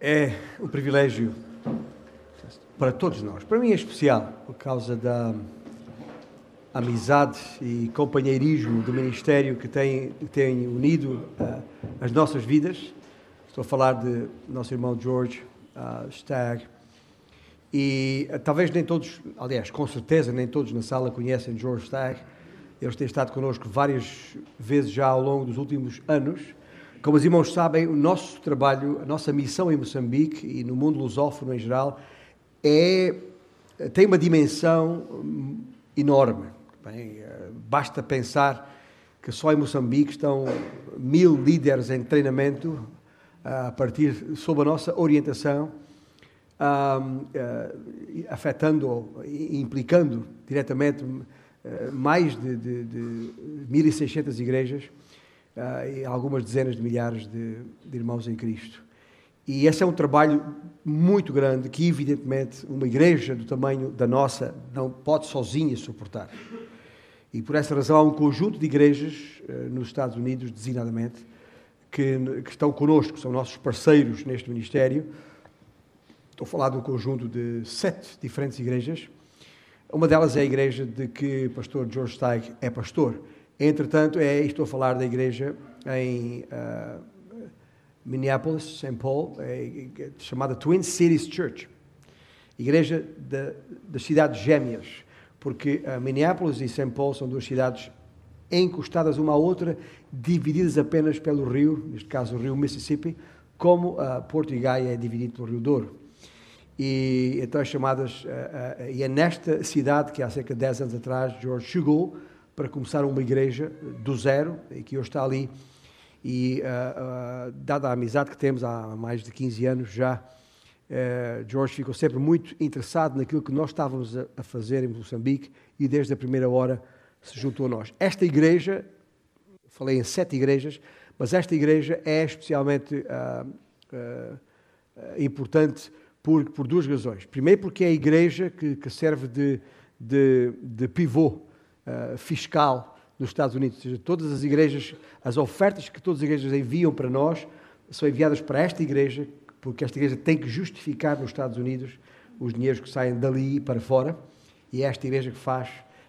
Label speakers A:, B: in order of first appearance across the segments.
A: é um privilégio para todos nós. Para mim é especial por causa da amizade e companheirismo do Ministério que tem, que tem unido ah, as nossas vidas. Estou a falar de nosso irmão George ah, Stagg. E ah, talvez nem todos, aliás, com certeza nem todos na sala conhecem George Stagg. Ele tem estado connosco várias vezes já ao longo dos últimos anos. Como os irmãos sabem, o nosso trabalho, a nossa missão em Moçambique e no mundo lusófono em geral é, tem uma dimensão hum, enorme. Bem, eh, basta pensar que só em Moçambique estão mil líderes em treinamento ah, a partir sob a nossa orientação, ah, eh, afetando ou i- implicando diretamente eh, mais de, de, de 1.600 igrejas ah, e algumas dezenas de milhares de, de irmãos em Cristo. E esse é um trabalho muito grande que, evidentemente, uma igreja do tamanho da nossa não pode sozinha suportar. E por essa razão há um conjunto de igrejas eh, nos Estados Unidos, designadamente, que, que estão conosco, são nossos parceiros neste ministério. Estou a falar de um conjunto de sete diferentes igrejas. Uma delas é a igreja de que o pastor George Steig é pastor. Entretanto, é, estou a falar da igreja em ah, Minneapolis, St. Paul, é, é chamada Twin Cities Church. Igreja da, das cidades gêmeas, porque ah, Minneapolis e St. Paul são duas cidades encostadas uma à outra, divididas apenas pelo rio, neste caso o rio Mississippi, como ah, Porto e Gaia é dividido pelo rio Douro e então é chamadas, eh, eh, e é nesta cidade que há cerca de 10 anos atrás George chegou para começar uma igreja eh, do zero, e que hoje está ali, e ah, ah, dada a amizade que temos há mais de 15 anos já, eh, George ficou sempre muito interessado naquilo que nós estávamos a- a fazer em Moçambique, e desde a primeira hora se juntou a nós. Esta igreja falei em sete igrejas, mas esta igreja é especialmente ah, ah, ah, importante por, por duas razões. Primeiro, porque é a igreja que, que serve de, de, de pivô ah, fiscal nos Estados Unidos. Ou seja, todas as igrejas, as ofertas que todas as igrejas enviam para nós são enviadas para esta igreja, porque esta igreja tem que justificar nos Estados Unidos os dinheiros que saem dali para fora. E é esta igreja que faz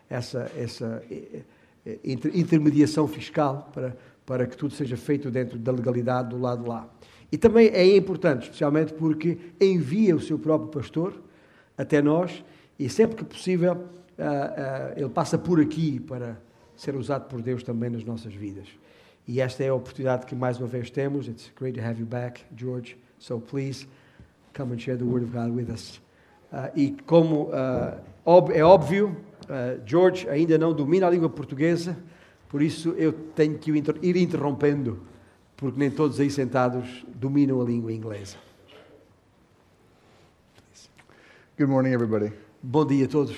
A: essa, essa eh, eh, inter- intermediação fiscal para, para que tudo seja feito dentro da legalidade do lado de lá. E também é importante, especialmente porque envia o seu próprio pastor até nós e sempre que possível ah, ah, ele passa por aqui para ser usado por Deus também nas nossas vidas. E esta é a oportunidade que mais uma vez temos. It's great to have you back, George. So please come and share the word of God with us. Ah, e como ah, ob- é óbvio, ah, George ainda não domina a língua portuguesa, por isso eu tenho que o inter- ir interrompendo, porque nem todos aí sentados dominam a língua inglesa.
B: Good morning, everybody.
A: Bom dia a todos.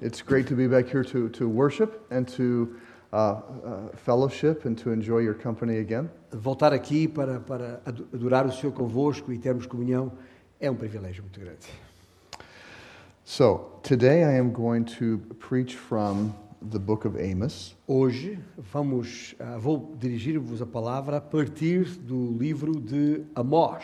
B: It's great to be back here to, to worship and to uh, uh, fellowship and to enjoy your company again.
A: Voltar aqui para, para ado- adorar o Senhor convosco e termos comunhão é um privilégio muito grande.
B: So, today I am going to preach from the book of Amos.
A: Hoje vamos, ah, vou dirigir-vos a palavra a partir do livro de Amós.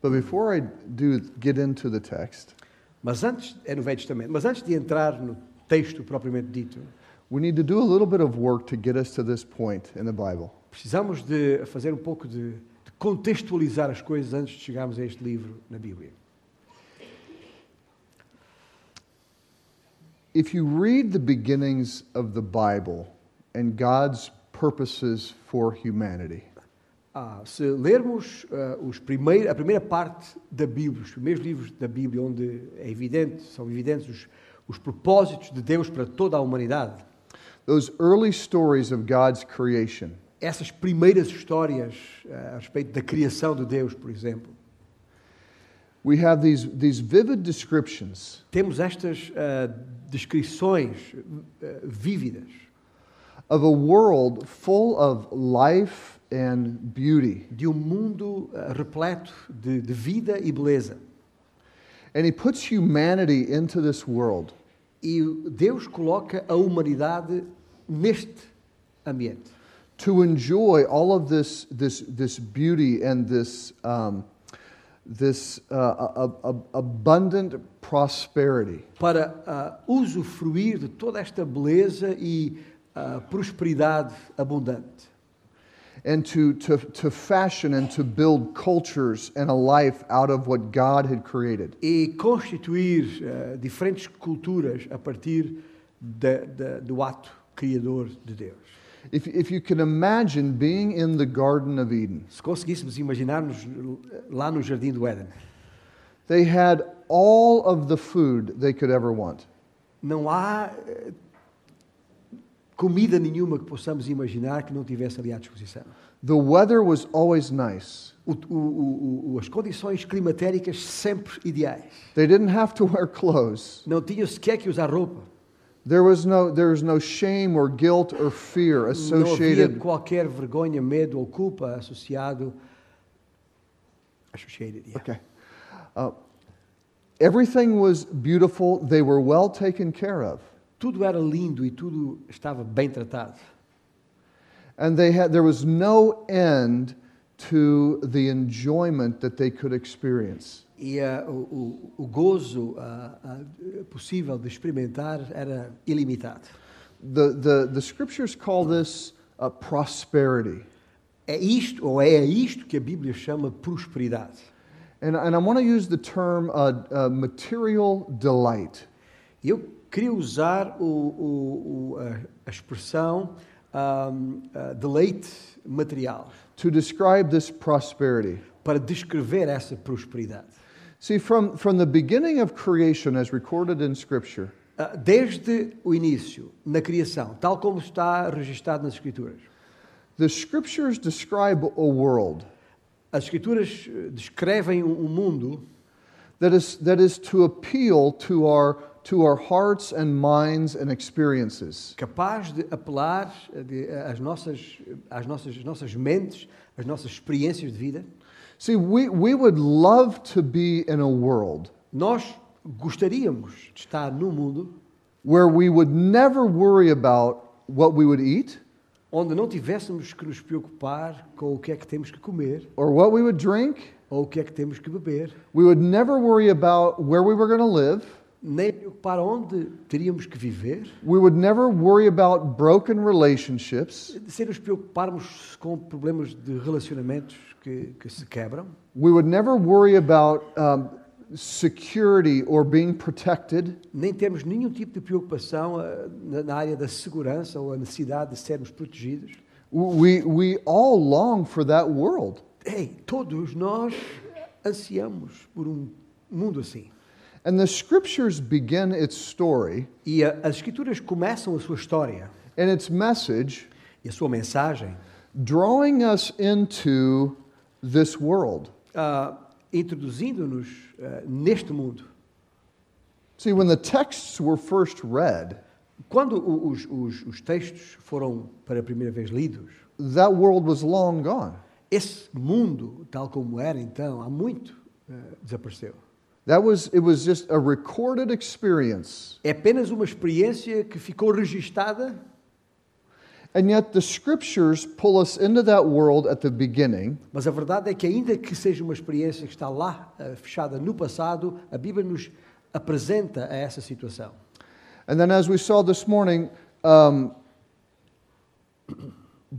B: But before I do get into the text,
A: Mas antes, é no Velho Testamento, mas antes de entrar no texto propriamente dito,
B: we need to do a little bit of work to get us to this point in the Bible.
A: precisamos de fazer um pouco de, de contextualizar as coisas antes de chegarmos a este livro na Bíblia.
B: If you read the beginnings of the Bible and God's purposes for humanity,
A: Ah, se lermos ah, os primeir- a primeira parte da Bíblia, os primeiros livros da Bíblia, onde é evidente, são evidentes os, os propósitos de Deus para toda a humanidade,
B: those early stories of God's creation,
A: essas primeiras histórias ah, a respeito da criação de Deus, por exemplo,
B: we have these, these vivid descriptions
A: temos estas ah, descrições ah, vívidas
B: of a world full of life and beauty.
A: de um mundo eh, repleto de, de vida e beleza.
B: And he puts humanity into this world
A: E Deus coloca a humanidade neste ambiente
B: to enjoy all of this, this, this beauty and this, um, this uh, a- a- abundant prosperity.
A: para ah, usufruir de toda esta beleza e ah, prosperidade abundante.
B: and to, to, to fashion and to build cultures and a life out of what God had created.
A: E constituir ah, diferentes culturas a partir da- da- do ato criador de Deus.
B: If, if you can imagine being in the Garden of Eden,
A: Se conseguíssemos imaginar-nos lá no Jardim do Éden,
B: they had all of the food they could ever want.
A: não há eh, comida nenhuma que possamos imaginar que não tivesse ali à disposição.
B: The weather was always nice.
A: O- o- o- o- as condições climatéricas sempre ideais.
B: They didn't have to wear clothes.
A: Não tinham sequer que usar roupa.
B: There was no, there was no shame or guilt or fear
A: Não havia
B: associated,
A: qualquer vergonha, medo ou culpa associado. Associated, yeah.
B: okay. Uh, everything was beautiful. They were well taken care of.
A: Tudo era lindo e tudo estava bem tratado.
B: And they had, there was no end to the enjoyment that they could experience.
A: E ah, o, o- o gozo ah, ah, possível de experimentar era ilimitado.
B: The, the, the scriptures call this uh, prosperity.
A: É isto, ou é a isto que a Bíblia chama prosperidade.
B: And, and I want to use the term uh, uh, material delight.
A: E Eu queria usar o- o- o- a- a expressão ahm, ah, deleite material
B: To describe this prosperity.
A: para descrever essa prosperidade.
B: See, from, from the beginning of creation, as recorded in Scripture,
A: Ah, Desde o início, na criação, tal como está registado nas Escrituras,
B: the Scriptures describe a world
A: as Escrituras eh, descrevem um um mundo
B: that is, that is to appeal to our, to our hearts and minds and experiences.
A: capaz de apelar eh, de- às nossas, às nossas, às nossas mentes, às nossas experiências de vida.
B: See, we, we would love to be in a world
A: Nós gostaríamos de estar num mundo
B: where we would never worry about what we would eat
A: onde não tivéssemos que nos preocupar com o que é que temos que comer
B: or what we would drink.
A: ou o que é que temos que beber,
B: We would never worry about where we were going to live.
A: nem preocupar onde teríamos que viver,
B: We would never worry about broken relationships.
A: sem nos preocuparmos com problemas de relacionamentos que, que se quebram,
B: We would never worry about um, security or being protected.
A: nem termos nenhum tipo de preocupação eh, na na área da segurança ou a necessidade de sermos protegidos.
B: We, we all long for that world.
A: Ei, todos nós ansiamos por um mundo assim.
B: And the scriptures begin its story
A: E a- as Escrituras começam a sua história
B: and its message
A: e a sua mensagem
B: drawing us into this world.
A: ah, introduzindo-nos ah, neste mundo.
B: See, when the texts were first read,
A: Quando o- os, os- os textos foram para a primeira vez lidos,
B: that world was long gone.
A: esse mundo, tal como era então, há muito ah, desapareceu.
B: That was, it was just a recorded experience.
A: É apenas uma experiência que ficou registada,
B: And yet the scriptures pull us into that world at the beginning
A: mas a verdade é que, ainda que seja uma experiência que está lá, ah, fechada no passado, a Bíblia nos apresenta a essa situação.
B: And then, as we saw this morning, um,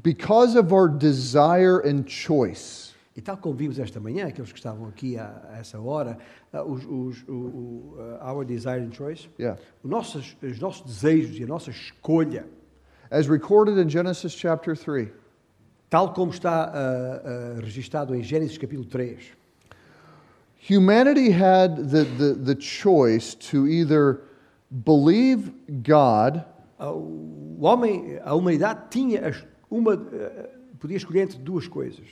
B: because of our desire and choice,
A: E tal como vimos esta manhã, aqueles que estavam aqui a, a essa hora, ah, os- os- o, o, ah, Our Desire and Choice,
B: yeah,
A: Os nossos, os nossos desejos e a nossa escolha,
B: as recorded in Genesis chapter 3,
A: tal como está ah, ah, registado em Gênesis capítulo 3,
B: humanity had the, the, the choice to either believe God
A: ah, o homem, a humanidade tinha as- uma, ah, podia escolher entre duas coisas.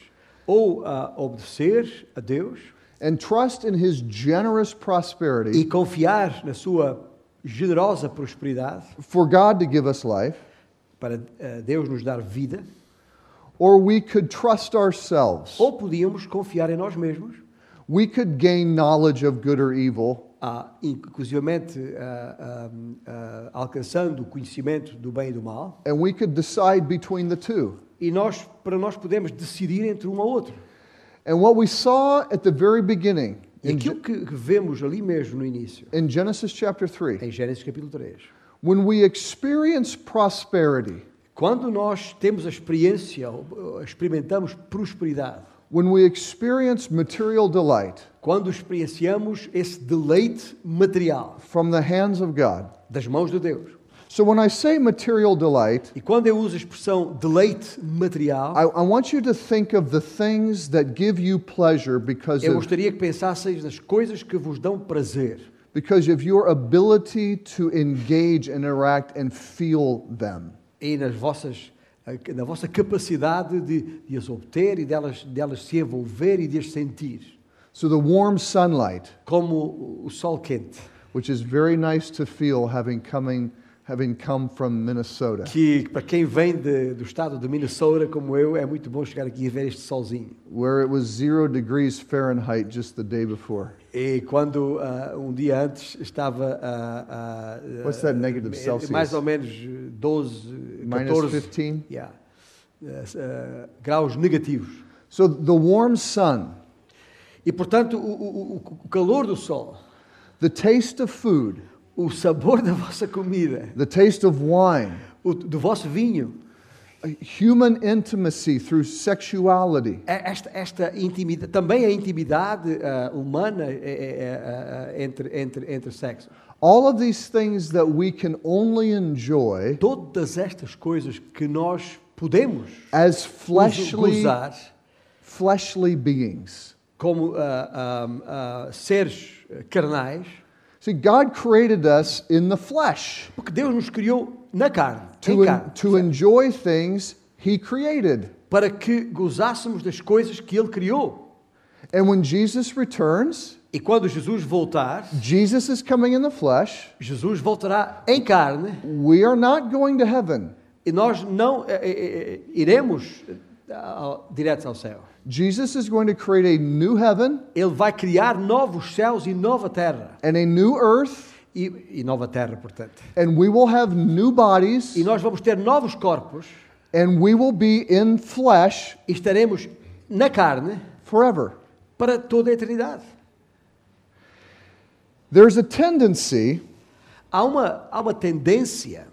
A: Ou ah, obedecer a Deus
B: and trust in his generous prosperity
A: e confiar na sua generosa prosperidade
B: for God to give us life,
A: para ah, Deus nos dar vida,
B: or we could trust ourselves.
A: ou podíamos confiar em nós mesmos,
B: We could gain knowledge of good or evil
A: ah, inclusivamente ah, ah, ah, alcançando o conhecimento do bem e do mal,
B: and we could decide between the two.
A: e nós, para nós podermos decidir entre um ao outro.
B: And what we saw at the very beginning
A: E
B: in,
A: aquilo que, que vemos ali mesmo no início,
B: in Genesis chapter 3,
A: em Gênesis capítulo 3,
B: when we experience prosperity,
A: quando nós temos a experiência, ou, eh, experimentamos prosperidade,
B: when we experience material delight
A: quando experienciamos esse deleite material
B: from the hands of God.
A: das mãos de Deus.
B: So when I say material delight,
A: E quando eu uso a expressão deleite material,
B: I, I want you to think of the things that give you pleasure because
A: eu
B: of,
A: gostaria que pensasseis nas coisas que vos dão prazer,
B: because of your ability to engage, interact, and feel them.
A: e nas vossas, eh, na vossa capacidade de, de as obter e delas, delas se envolver e de as sentir,
B: So the warm sunlight,
A: como o sol quente,
B: which is very nice to feel having coming having come from Minnesota.
A: que para quem vem de- do estado de Minnesota, como eu, é muito bom chegar aqui e ver este solzinho.
B: where it was zero degrees Fahrenheit just the day before.
A: E quando ah, um dia antes estava a. a-
B: What's that negative
A: eh,
B: Celsius?
A: Mais ou menos 12,
B: Minus
A: 14
B: 15.
A: yeah, eh, eh, graus negativos.
B: So the warm sun,
A: E portanto, o, o- o- o calor do sol,
B: the taste of food,
A: o sabor da vossa comida,
B: the taste of wine,
A: o, do vosso vinho,
B: human intimacy through sexuality,
A: é esta, esta intimidade, também a intimidade ah, humana eh, eh, eh, eh, entre, entre, entre sexos.
B: all of these things that we can only enjoy
A: Todas estas coisas que nós podemos
B: as fleshly
A: usar.
B: fleshly beings.
A: como ah, ah, ah, seres carnais,
B: See, God created us in the flesh
A: porque Deus nos criou na carne, em
B: to, en-
A: carne,
B: to enjoy things he created.
A: para que gozássemos das coisas que Ele criou.
B: And when Jesus returns,
A: E quando Jesus voltar,
B: Jesus is coming in the flesh.
A: Jesus voltará em carne
B: We are not going to heaven.
A: e nós não eh, eh, eh, iremos eh, ao- diretos ao céu.
B: Jesus is going to create a new heaven
A: Ele vai criar novos céus e nova terra.
B: and a new earth,
A: E, e nova terra, portanto.
B: and we will have new
A: E
B: bodies,
A: nós vamos ter novos corpos
B: and we will be in flesh
A: e estaremos na carne
B: forever.
A: para toda a eternidade.
B: There's a tendency
A: Há uma, há uma tendência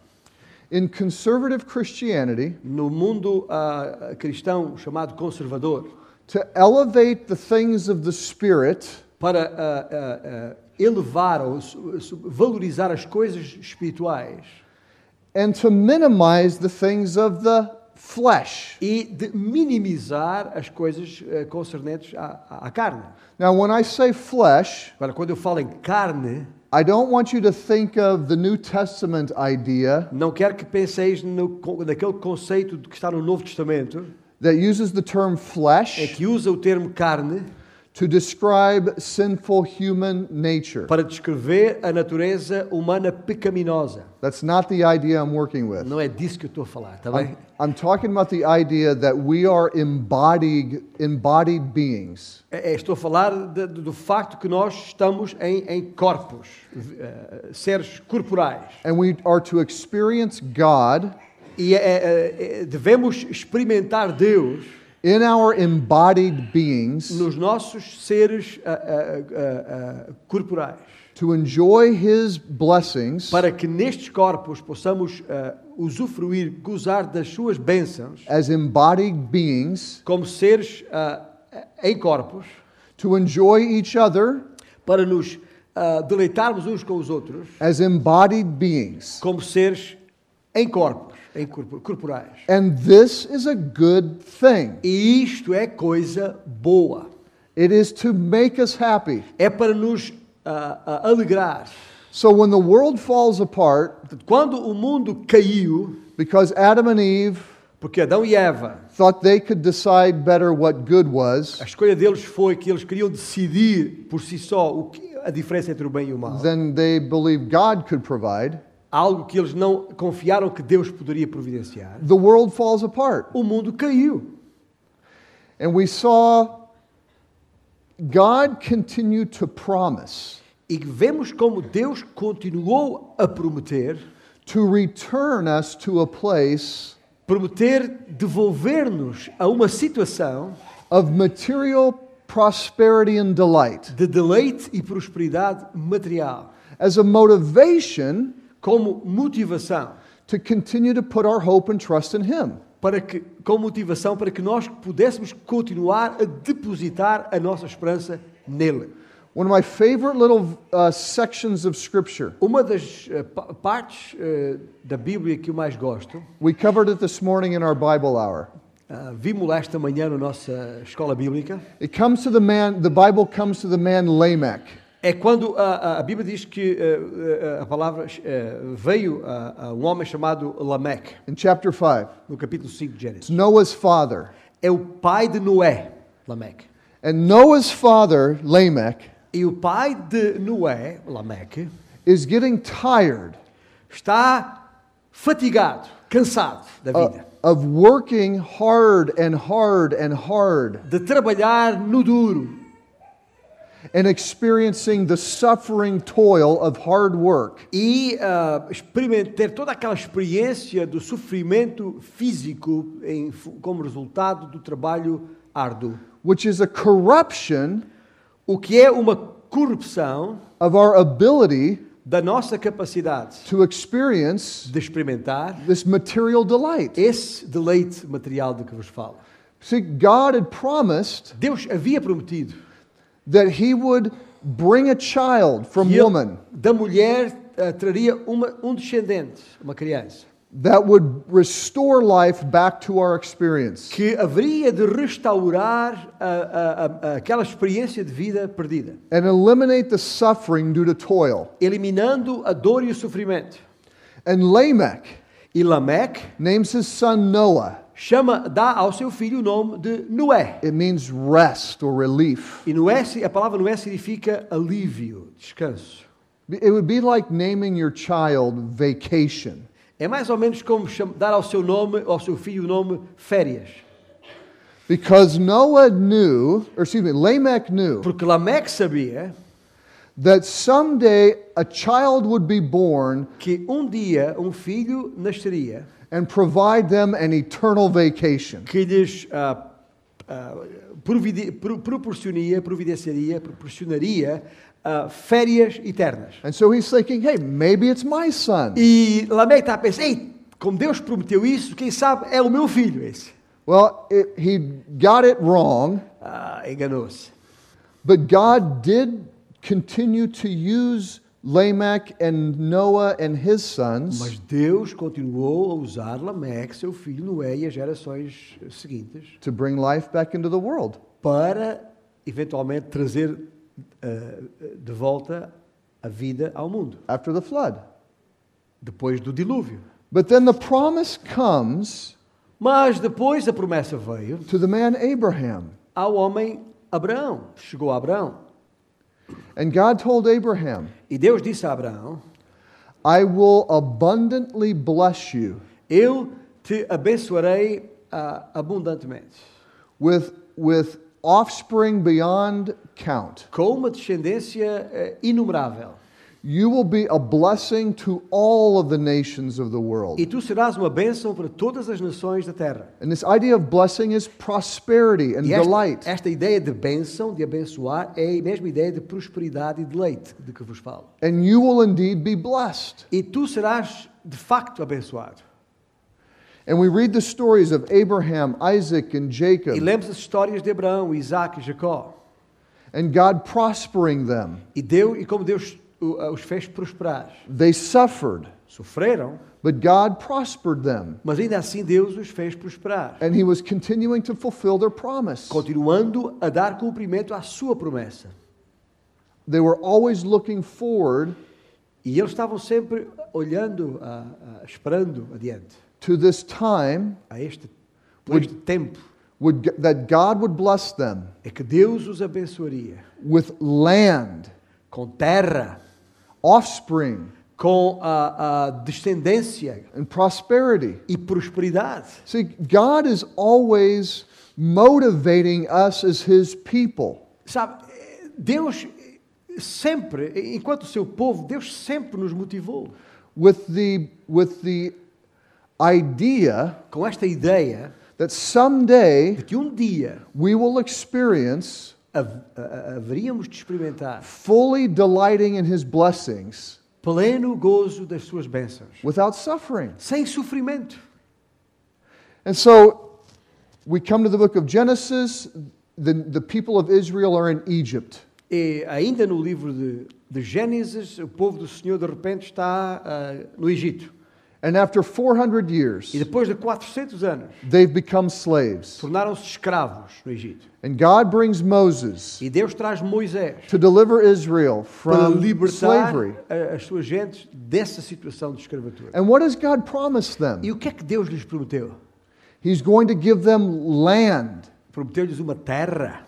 B: in conservative Christianity
A: no mundo ah, cristão chamado conservador
B: to elevate the things of the Spirit
A: para ah, ah, ah, elevar ou su- su- valorizar as coisas espirituais
B: and to minimize the things of the flesh.
A: e de minimizar as coisas ah, concernentes à, à- à carne.
B: Now, when I say flesh,
A: Agora, quando eu falo em carne,
B: I don't want you to think of the New Testament idea
A: não quero que penseis no, con- naquele conceito de que está no Novo Testamento,
B: that uses the term
A: é
B: flesh
A: que usa o termo carne
B: to describe sinful human nature.
A: para descrever a natureza humana pecaminosa.
B: That's not the idea I'm working with.
A: Não é disso que eu estou a falar, está bem?
B: I'm, I'm talking about the idea that we are embodied, embodied beings.
A: É, é, Estou a falar de- de- do facto que nós estamos em, em corpos, eh, seres corporais.
B: And we are to experience God
A: E eh, eh, eh, devemos experimentar Deus
B: in our embodied beings
A: nos nossos seres ah, ah, ah, ah, corporais,
B: to enjoy His blessings
A: para que nestes corpos possamos ah, usufruir, gozar das suas bênçãos,
B: as embodied beings,
A: como seres ah, em corpos,
B: to enjoy each other
A: para nos ah, deleitarmos uns com os outros,
B: as embodied beings.
A: como seres em corpos, em corpo- corporais.
B: And this is a good thing.
A: E isto é coisa boa.
B: It is to make us happy.
A: É para nos ah, ah, alegrar.
B: So when the world falls apart
A: Portanto, Quando o mundo caiu,
B: because Adam and Eve
A: porque Adão e Eva,
B: thought they could decide better what good was
A: a escolha deles foi que eles queriam decidir por si só o que, a diferença entre o bem e o mal.
B: than they believed God could provide,
A: Algo que eles não confiaram que Deus poderia providenciar.
B: the world falls apart.
A: O mundo caiu.
B: And we saw God continue to promise
A: E vemos como Deus continuou a prometer
B: to return us to a place
A: prometer devolver-nos a uma situação
B: of material prosperity and delight.
A: de deleite e prosperidade material
B: as a motivation
A: como motivação
B: to continue to put our hope and trust in Him.
A: para que com motivação para que nós pudéssemos continuar a depositar a nossa esperança nele.
B: One of my favorite little uh, sections of Scripture,
A: Uma das eh, pa- partes eh, da Bíblia que eu mais gosto,
B: we covered it this morning in our Bible hour.
A: ah, vimos-la esta manhã na nossa escola bíblica,
B: It comes to the man, the Bible comes to the man Lamech.
A: é quando a, a- a Bíblia diz que eh, eh, a palavra eh, veio a, a um homem chamado Lameque,
B: In chapter 5,
A: no capítulo 5 de Gênesis.
B: it's Noah's father.
A: É o pai de Noé, Lameque.
B: And Noah's father, Lamech,
A: E o pai de Noé, Lameque,
B: is getting tired
A: está fatigado, cansado da
B: uh,
A: vida,
B: of working hard and hard and hard
A: de trabalhar no duro
B: and experiencing the suffering toil of hard work.
A: e ah, experimen- ter toda aquela experiência do sofrimento físico em, fu- como resultado do trabalho árduo,
B: which is a corruption
A: o que é uma corrupção
B: of our ability
A: da nossa capacidade
B: to experience
A: de experimentar
B: this material delight.
A: esse deleite material de que vos falo.
B: See, God had promised
A: Deus havia prometido
B: that He would bring a child from
A: que ele
B: woman
A: da mulher ah, traria uma- um descendente, uma criança.
B: that would restore life back to our experience.
A: que haveria de restaurar a, a- a- aquela experiência de vida perdida,
B: And eliminate the suffering due to toil.
A: eliminando a dor e o sofrimento.
B: And Lamech
A: E Lameque
B: names his son Noah.
A: chama, dá ao seu filho o nome de Noé.
B: It means rest or relief.
A: E Noé, si- a palavra Noé significa alívio, descanso.
B: It would be like naming your child vacation.
A: É mais ou menos como cham- dar ao seu nome, ao seu filho o nome férias.
B: Because Noah knew, or excuse me, Lamech knew
A: Porque Lameque sabia
B: that someday a child would be born
A: que um dia um filho nasceria
B: and provide them an eternal vacation.
A: que lhes ah, ah, provide- pro- proporcionia, providenciaria, proporcionaria ah, férias eternas.
B: And so he's thinking, hey, maybe it's my son.
A: E Lameque está a pensar, ei, como Deus prometeu isso, quem sabe é o meu filho esse.
B: Well, it, he got it wrong,
A: Ah, enganou-se.
B: but God did continue to use Lamech and Noah and his
A: Mas
B: sons
A: Deus continuou a usar Lameque, seu filho Noé e as gerações seguintes
B: to bring life back into the world.
A: para, eventualmente, trazer ah, de volta a vida ao mundo,
B: After the flood.
A: depois do dilúvio.
B: But then the promise comes
A: Mas depois a promessa veio
B: to the man Abraham.
A: ao homem Abraão. Chegou a Abraão.
B: And God told Abraham,
A: E Deus disse a Abraão:
B: I will abundantly bless you
A: Eu te abençoarei ah, abundantemente,
B: with, with offspring beyond count.
A: com uma descendência eh, inumerável.
B: You will be a blessing to all of the nations of the world.
A: E tu serás uma bênção para todas as nações da terra.
B: And this idea of blessing is prosperity and
A: E esta,
B: delight.
A: esta ideia de bênção, de abençoar, é a mesma ideia de prosperidade e deleite de que vos falo.
B: And you will indeed be blessed.
A: E tu serás de facto abençoado.
B: And we read the stories of Abraham, Isaac, and
A: E
B: Jacob,
A: lemos as histórias de Abraão, Isaac e Jacó.
B: and God prospering them.
A: E, Deus, e como Deus o- os fez prosperar.
B: They suffered,
A: Sofreram,
B: but God prospered them.
A: Mas ainda assim Deus os fez prosperar,
B: And He was continuing to fulfill their promise.
A: continuando a dar cumprimento à sua promessa.
B: They were always looking forward
A: E eles estavam sempre olhando, ah, ah, esperando adiante,
B: to this time
A: a este, por este tempo,
B: would, that God would bless them
A: é que Deus os abençoaria
B: with land,
A: com terra,
B: offspring,
A: com a, descendência
B: and prosperity.
A: e prosperidade.
B: See, God is always motivating us as His people
A: Sabe, eh, Deus eh, sempre, eh, enquanto seu povo, Deus sempre nos motivou
B: with the, with the idea
A: com esta ideia
B: that someday
A: de que um dia
B: we will experience
A: hav- ha- ha- haveríamos de experimentar
B: fully delighting in his blessings
A: pleno gozo das suas bênçãos,
B: without suffering.
A: sem sofrimento.
B: And so we come to the book of Genesis. The, the people of Israel are in Egypt.
A: E ainda no livro de, de Gênesis, o povo do Senhor de repente está ah, no Egito.
B: And after 400 years,
A: E depois de 400 anos,
B: they've become slaves.
A: tornaram-se escravos no Egito.
B: And God brings Moses
A: E Deus traz Moisés
B: to deliver Israel
A: para
B: from
A: libertar
B: slavery.
A: a- as suas gentes dessa situação de escravatura.
B: And what does God promise them?
A: E o que é que Deus lhes prometeu?
B: He's going to give them land.
A: Prometeu-lhes uma terra.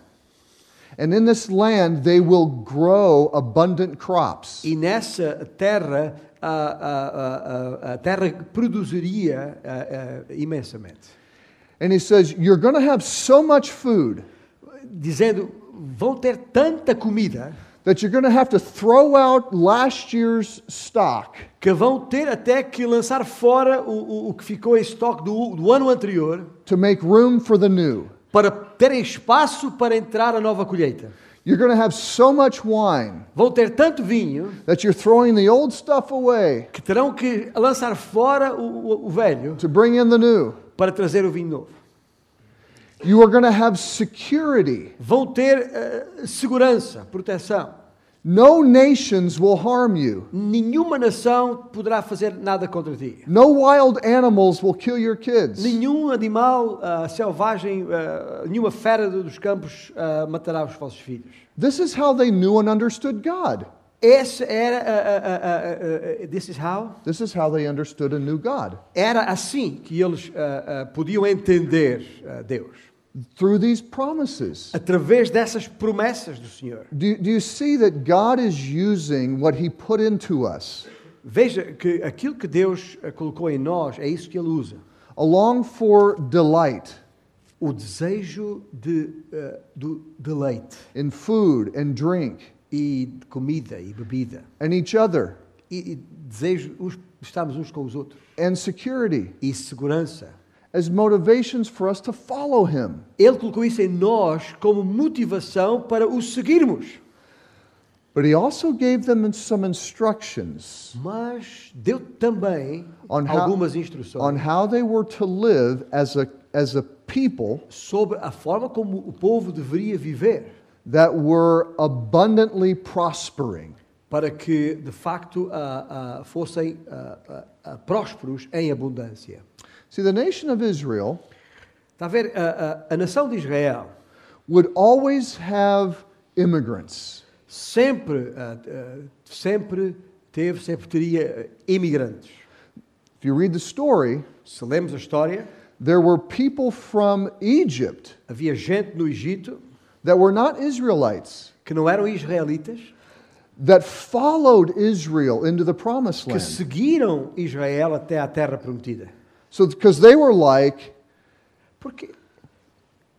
B: And in this land, they will grow abundant crops.
A: E nessa terra, a, a- a- a- a terra produziria a- a, imensamente.
B: And he says, You're going to have so much food
A: Dizendo, vão ter tanta comida
B: that you're going to have to throw out last year's stock
A: que vão ter até que lançar fora o, o- o que ficou em estoque do, do ano anterior
B: to make room for the new.
A: para terem espaço para entrar a nova colheita.
B: You're going to have so much wine
A: Vão ter tanto vinho
B: that you're throwing the old stuff away
A: que terão que lançar fora o, o- o velho
B: to bring in the new.
A: para trazer o vinho novo.
B: You are going to have security.
A: Vão ter eh, segurança, proteção.
B: No nations will harm you.
A: Nenhuma nação poderá fazer nada contra ti.
B: No wild animals will kill your kids.
A: Nenhum animal ah, selvagem, ah, nenhuma fera do- dos campos ah, matará os vossos filhos.
B: This is how they knew and understood God.
A: Esse era, ah, ah, ah, ah, ah, this is how,
B: This is how they understood and knew God
A: era assim que eles ah, ah, podiam entender ah, Deus.
B: through these promises.
A: Através dessas promessas do Senhor.
B: Do, do you see that God is using what He put into us
A: Veja que aquilo que Deus ah, colocou em nós é isso que Ele usa.
B: along for delight
A: O desejo de, ah, do deleite
B: in food and drink
A: e de comida e bebida.
B: and each other
A: e, e desejo uns, estarmos uns com os outros
B: and security
A: e segurança.
B: as motivations for us to follow Him?
A: Ele colocou isso em nós como motivação para o seguirmos.
B: But He also gave them some instructions
A: Mas deu também
B: On how-
A: algumas instruções
B: on how they were to live as a, as a people
A: sobre a forma como o povo deveria viver
B: that were abundantly prospering.
A: para que, de facto, ah, ah, fossem ah, ah, ah, prósperos em abundância.
B: See, the nation of Israel
A: Está a ver? A, a- a nação de Israel
B: would always have immigrants.
A: sempre, ah, ah, sempre teve, sempre teria ah, imigrantes.
B: If you read the story,
A: Se lemos a história,
B: there were people from Egypt
A: Havia gente no Egito
B: that were not Israelites
A: que não eram israelitas,
B: that followed Israel into the promised
A: que
B: land.
A: seguiram Israel até à terra prometida.
B: So, because they were like,
A: Porque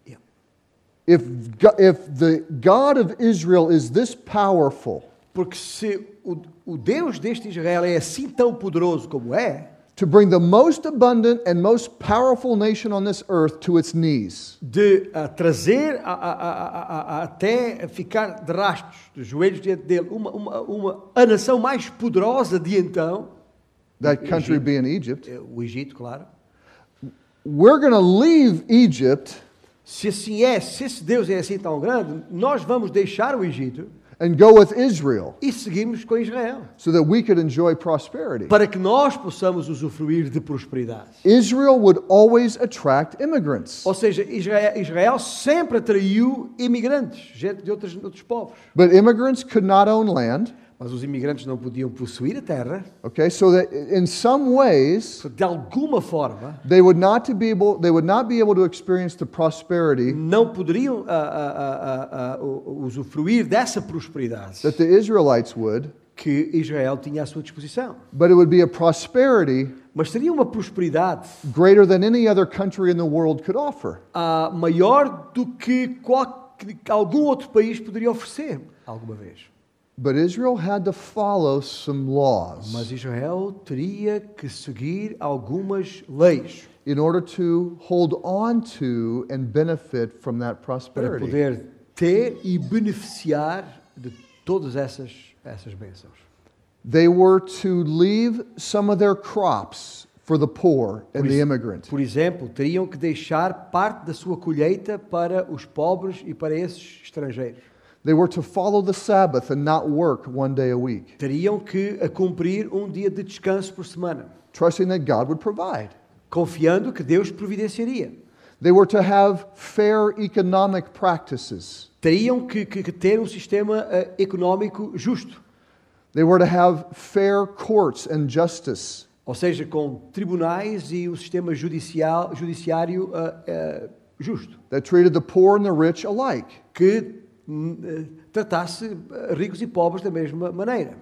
A: Yeah.
B: if, Go- if the God of Israel is this powerful
A: porque se o, o Deus deste Israel é assim tão poderoso como é,
B: to bring the most abundant and most powerful nation on this earth to its knees,
A: de ah, trazer a- a- a- a- a- a- até ficar de rastros, de joelhos diante dele, uma, uma, uma- a nação mais poderosa de então,
B: that country being Egypt,
A: eh, o Egito, claro.
B: we're going to leave Egypt
A: Se assim é, se esse Deus é assim tão grande, nós vamos deixar o Egito
B: and go with Israel
A: e seguimos com Israel.
B: so that we could enjoy prosperity.
A: para que nós possamos usufruir de prosperidade.
B: Israel would always attract immigrants.
A: Ou seja, Israel, Israel sempre atraiu imigrantes, gente de outros, de outros povos.
B: But immigrants could not own land,
A: Mas os imigrantes não podiam possuir a terra,
B: okay? So that in some ways
A: de alguma forma,
B: they would not to be able they would not be able to experience the prosperity
A: não poderiam ah, ah, ah, ah, ah, u- usufruir dessa prosperidade
B: that the Israelites would,
A: que Israel tinha à sua disposição.
B: but it would be a prosperity
A: Mas seria uma prosperidade
B: greater than any other country in the world could offer.
A: ah, maior do que qual- que algum outro país poderia oferecer alguma vez.
B: But Israel had to follow some
A: Mas
B: laws
A: Israel teria que seguir algumas leis
B: in order to hold on to and benefit from that
A: para
B: prosperity.
A: poder ter e beneficiar de todas essas, essas bênçãos.
B: They were to leave some of their crops for the poor and the
A: Please.
B: immigrant.
A: Por exemplo, teriam que deixar parte da sua colheita para os pobres e para esses estrangeiros.
B: They were to follow the Sabbath and not work one day a week,
A: Teriam que a cumprir um dia de descanso por semana,
B: trusting that God would provide.
A: confiando que Deus providenciaria.
B: They were to have fair economic practices.
A: Teriam que, que- que ter um sistema eh, económico justo,
B: They were to have fair courts and justice.
A: ou seja, com tribunais e um sistema judicial, judiciário eh, eh, justo,
B: that treated the poor and the rich alike.
A: que hum, eh, tratasse eh, ricos e pobres da mesma maneira.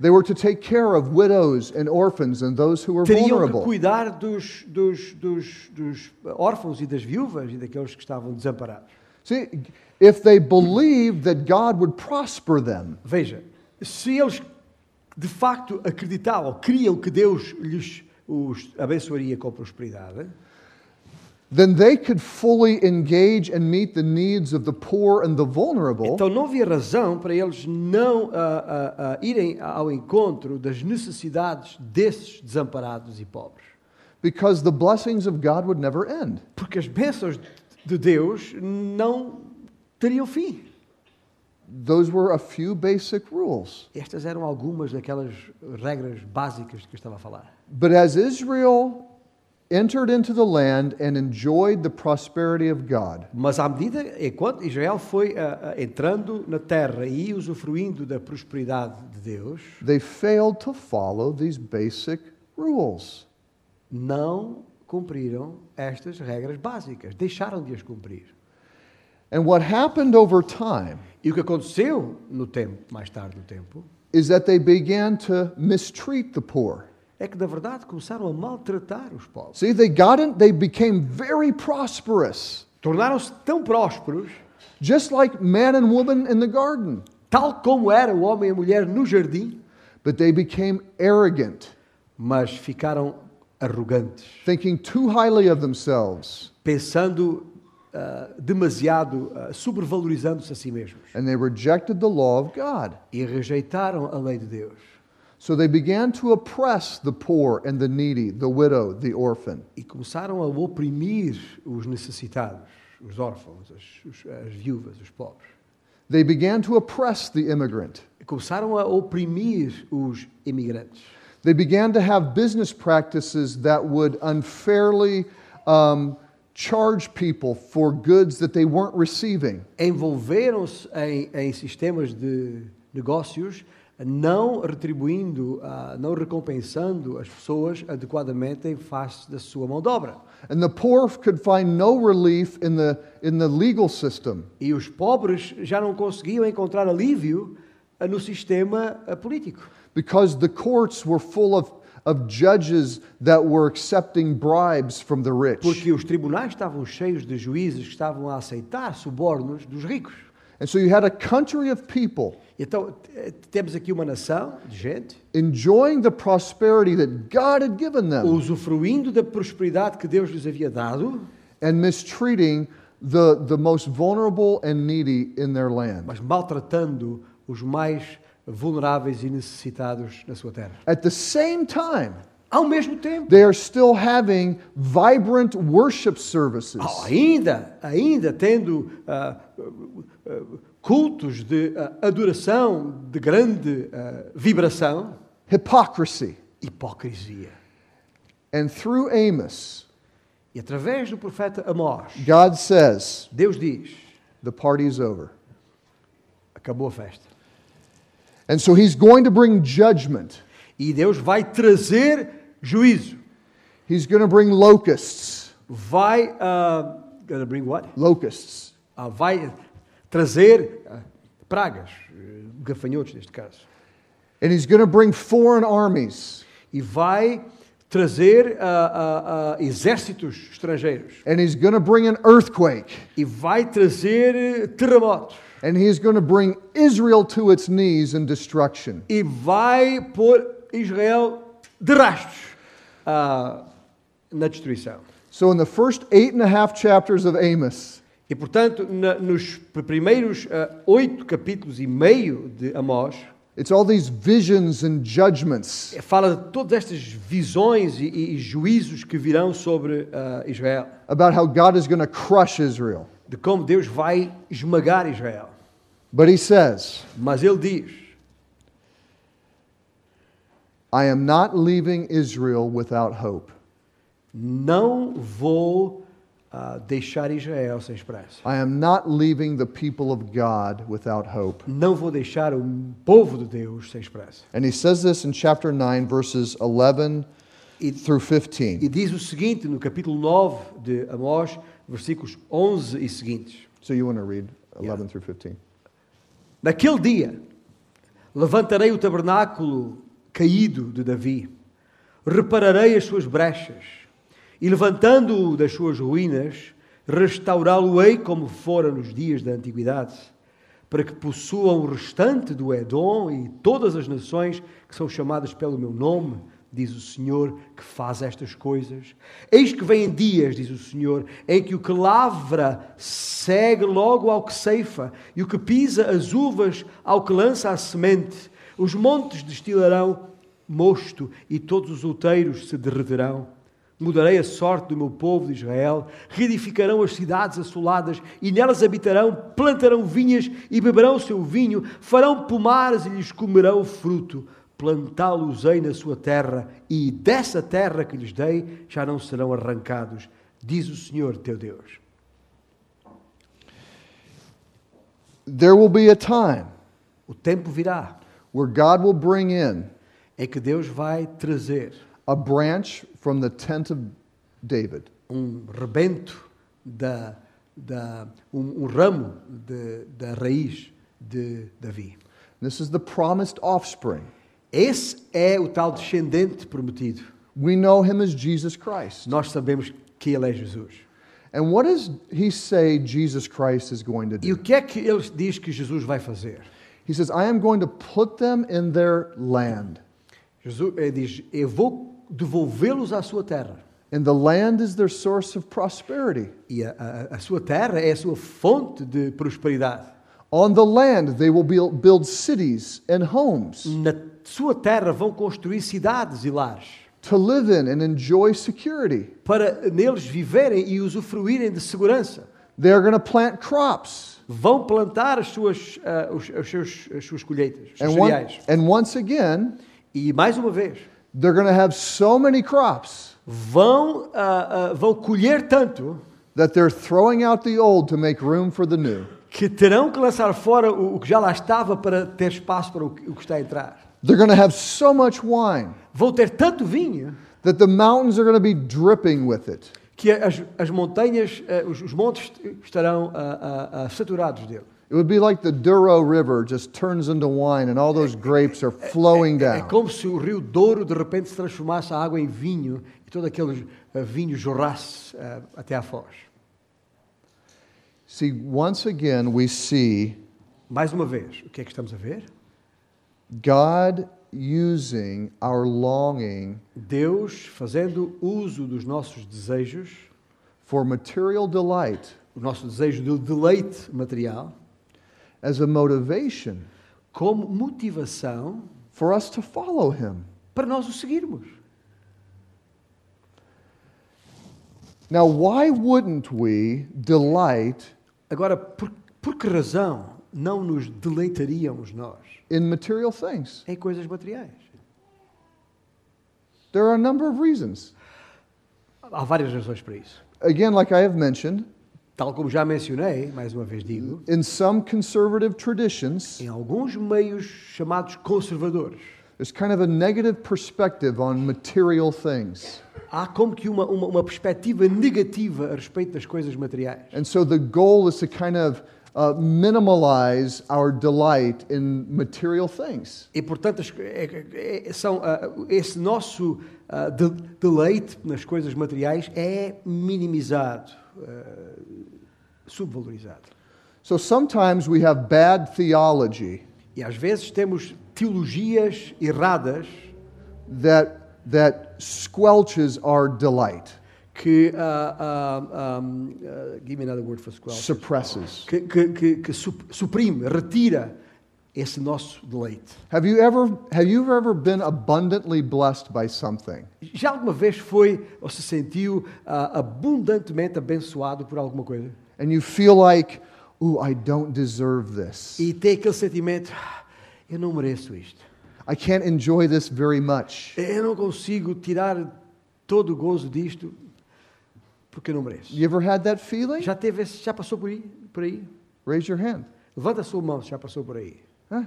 B: They were to take care of widows and orphans and those who were
A: Teriam que
B: vulnerable.
A: cuidar dos, dos, dos, dos órfãos e das viúvas e daqueles que estavam desamparados.
B: See, if they believed that God would prosper them,
A: Veja, se eles de facto acreditavam, criam que Deus lhes os abençoaria com prosperidade,
B: then they could fully engage and meet the needs of the poor and the vulnerable
A: então não havia razão para eles não ah, ah, ah, irem ao encontro das necessidades desses desamparados e pobres.
B: because the blessings of God would never end.
A: Porque as bênçãos de Deus não teriam fim.
B: Those were a few basic rules.
A: Estas eram algumas daquelas regras básicas de que eu estava a falar.
B: But as Israel entered into the land and enjoyed the prosperity of God,
A: Mas à medida, enquanto Israel foi ah, ah, entrando na terra e usufruindo da prosperidade de Deus,
B: they failed to follow these basic rules.
A: não cumpriram estas regras básicas, deixaram de as cumprir.
B: And what happened over time
A: E o que aconteceu no tempo, mais tarde no tempo,
B: is that they began to mistreat the poor.
A: é que na verdade começaram a maltratar os pobres.
B: See, they got in, they became very prosperous,
A: Tornaram-se tão prósperos,
B: just like man and woman in the garden,
A: tal como era o homem e a mulher no jardim,
B: but they became arrogant,
A: mas ficaram arrogantes,
B: thinking too highly of themselves,
A: pensando ah, demasiado, ah, sobrevalorizando-se a si mesmos.
B: and they rejected the law of God.
A: e rejeitaram a lei de Deus.
B: So they began to oppress the poor and the needy, the widow, the orphan.
A: E começaram a oprimir os necessitados, os órfãos, as, os- as viúvas, os pobres.
B: They began to oppress the immigrant.
A: E começaram a oprimir os imigrantes.
B: They began to have business practices that would unfairly um, charge people for goods that they weren't receiving.
A: Envolveram-se em, em sistemas de negócios, não retribuindo, ah, não recompensando as pessoas adequadamente em face da sua mão de obra.
B: And the poor could find no relief in the, in the legal system.
A: E os pobres já não conseguiam encontrar alívio ah, no sistema ah, político.
B: because the courts were full of, of judges that were accepting bribes from the rich.
A: Porque os tribunais estavam cheios de juízes que estavam a aceitar subornos dos ricos.
B: And so you had a country of people
A: Então, t- temos aqui uma nação de gente
B: enjoying the prosperity that God had given them
A: usufruindo da prosperidade que Deus lhes havia dado,
B: and mistreating the, the most vulnerable and needy in their land.
A: mas maltratando os mais vulneráveis e necessitados na sua terra.
B: At the same time,
A: Ao mesmo tempo,
B: they are still having vibrant worship services.
A: ao- ainda, ainda tendo ah, ah, ah, cultos de ah, adoração de grande ah, vibração,
B: Hypocrisy.
A: hipocrisia.
B: And through Amos,
A: E através do profeta Amós,
B: God says,
A: Deus diz:
B: the party's over.
A: Acabou a festa.
B: And so he's going to bring judgment.
A: E Deus vai trazer juízo.
B: He's going to bring locusts.
A: Vai. ah, gonna bring what?
B: Locusts.
A: Ah, vai trazer ah, pragas, eh, gafanhotos neste caso.
B: And he's going to bring foreign armies.
A: E vai trazer ah, ah, ah, exércitos estrangeiros
B: and he's going to bring an earthquake
A: e vai trazer eh, terremotos
B: and he's going to bring Israel to its knees in destruction.
A: e vai pôr Israel de rastros ah, na destruição.
B: So, in the first eight and a half chapters of Amos,
A: E portanto, na- nos primeiros ah, oito capítulos e meio de Amós,
B: it's all these visions and judgments.
A: fala de todas estas visões e, e juízos que virão sobre ah, Israel,
B: about how God is going to crush Israel.
A: de como Deus vai esmagar Israel.
B: But he says,
A: Mas ele diz:
B: I am not leaving Israel without hope.
A: Não vou ah, deixar Israel sem esperança.
B: I am not leaving the people of God without hope.
A: Não vou deixar o povo de Deus sem esperança.
B: And he says this in chapter 9, verses 11
A: E
B: through
A: E
B: 15.
A: diz o seguinte no capítulo 9 de Amós, versículos 11 e seguintes:
B: So you want to read 11 through 15.
A: Naquele dia levantarei o tabernáculo caído de Davi, repararei as suas brechas, e levantando-o das suas ruínas, restaurá-lo-ei como fora nos dias da antiguidade, para que possuam o restante do Edom e todas as nações que são chamadas pelo meu nome, diz o Senhor que faz estas coisas. Eis que vêm dias, diz o Senhor, em que o que lavra segue logo ao que ceifa, e o que pisa as uvas ao que lança a semente. Os montes destilarão mosto e todos os outeiros se derreterão. Mudarei a sorte do meu povo de Israel, reedificarão as cidades assoladas e nelas habitarão, plantarão vinhas e beberão o seu vinho, farão pomares e lhes comerão o fruto. Plantá-los-ei na sua terra e dessa terra que lhes dei já não serão arrancados, diz o Senhor teu Deus.
B: There will be a time
A: O tempo virá
B: where God will bring in
A: em que Deus vai trazer
B: a branch from the tent of David,
A: um rebento, da, da, um, um ramo de- da raiz de Davi.
B: this is the promised offspring.
A: Esse é o tal descendente prometido.
B: We know him as Jesus Christ.
A: Nós sabemos que ele é Jesus.
B: And what does he say Jesus Christ is going to
A: E o
B: do?
A: que é que ele diz que Jesus vai fazer?
B: He says, I am going to put them in their land.
A: Jesus eh, diz: Eu vou devolvê-los à sua terra.
B: And the land is their source of prosperity.
A: E a, a- a sua terra é a sua fonte de prosperidade.
B: On the land, they will build, build cities and homes
A: Na sua terra vão construir cidades e lares
B: to live in and enjoy security.
A: para neles viverem e usufruírem de segurança.
B: They are going to plant crops.
A: Vão plantar as suas, ah, os, os seus, as suas colheitas, os seus
B: And, one-
A: cereais.
B: and once again,
A: E mais uma vez,
B: they're going to have so many crops
A: vão, ah, ah, vão colher tanto
B: that they're throwing out the old to make room for the new.
A: que terão que lançar fora o, o que já lá estava para ter espaço para o, que- o que está a entrar.
B: They're going to have so much wine
A: Vão ter tanto vinho
B: that the mountains are going to be dripping with it.
A: que as, as montanhas, eh, os, os montes estarão ah, ah, ah, saturados dele.
B: It would be like the Douro River just turns into wine and all those grapes are flowing
A: É
B: down.
A: como se o rio Douro de repente se transformasse a água em vinho e todo aquele ah, vinho jorrasse ah, até à foz.
B: See, once again, we see
A: Mais uma vez, o que é que estamos a ver?
B: God using our longing
A: Deus fazendo uso dos nossos desejos,
B: for material delight
A: o nosso desejo de deleite material,
B: as a motivation
A: como motivação
B: for us to follow Him.
A: para nós o seguirmos.
B: Now, why wouldn't we delight
A: Agora, por, por que razão não nos deleitaríamos nós
B: in material things?
A: em coisas materiais?
B: There are a number of reasons.
A: Há várias razões para isso.
B: Again, like I have mentioned,
A: Tal como já mencionei, mais uma vez digo,
B: in some conservative traditions,
A: em alguns meios chamados conservadores,
B: There's kind of a negative perspective on material things.
A: há como que uma, uma, uma perspectiva negativa a respeito das coisas materiais.
B: And so the goal is to kind of uh, minimalize our delight in material things.
A: E, portanto, as- é- é- são, ah, esse nosso ah, de- deleite nas coisas materiais é minimizado, ah, subvalorizado.
B: So sometimes we have bad theology
A: E às vezes temos teologias erradas
B: that, that squelches our delight,
A: que. ah, ah, um, ah, give me another word for squelch.
B: suppresses.
A: Que, que, que, que sup- suprime, retira esse nosso deleite.
B: Have you, ever, have you ever been abundantly blessed by something?
A: Já alguma vez foi ou se sentiu ah, abundantemente abençoado por alguma coisa?
B: And you feel like, ooh, I don't deserve this.
A: E tem aquele sentimento: "Ah, eu não mereço isto.
B: I can't enjoy this very much.
A: Eu não consigo tirar todo o gozo disto porque eu não mereço.
B: You ever had that feeling?
A: Já teve esse, já passou por aí? Por aí?
B: Raise your hand.
A: Levanta a sua mão se já passou por aí.
B: Huh?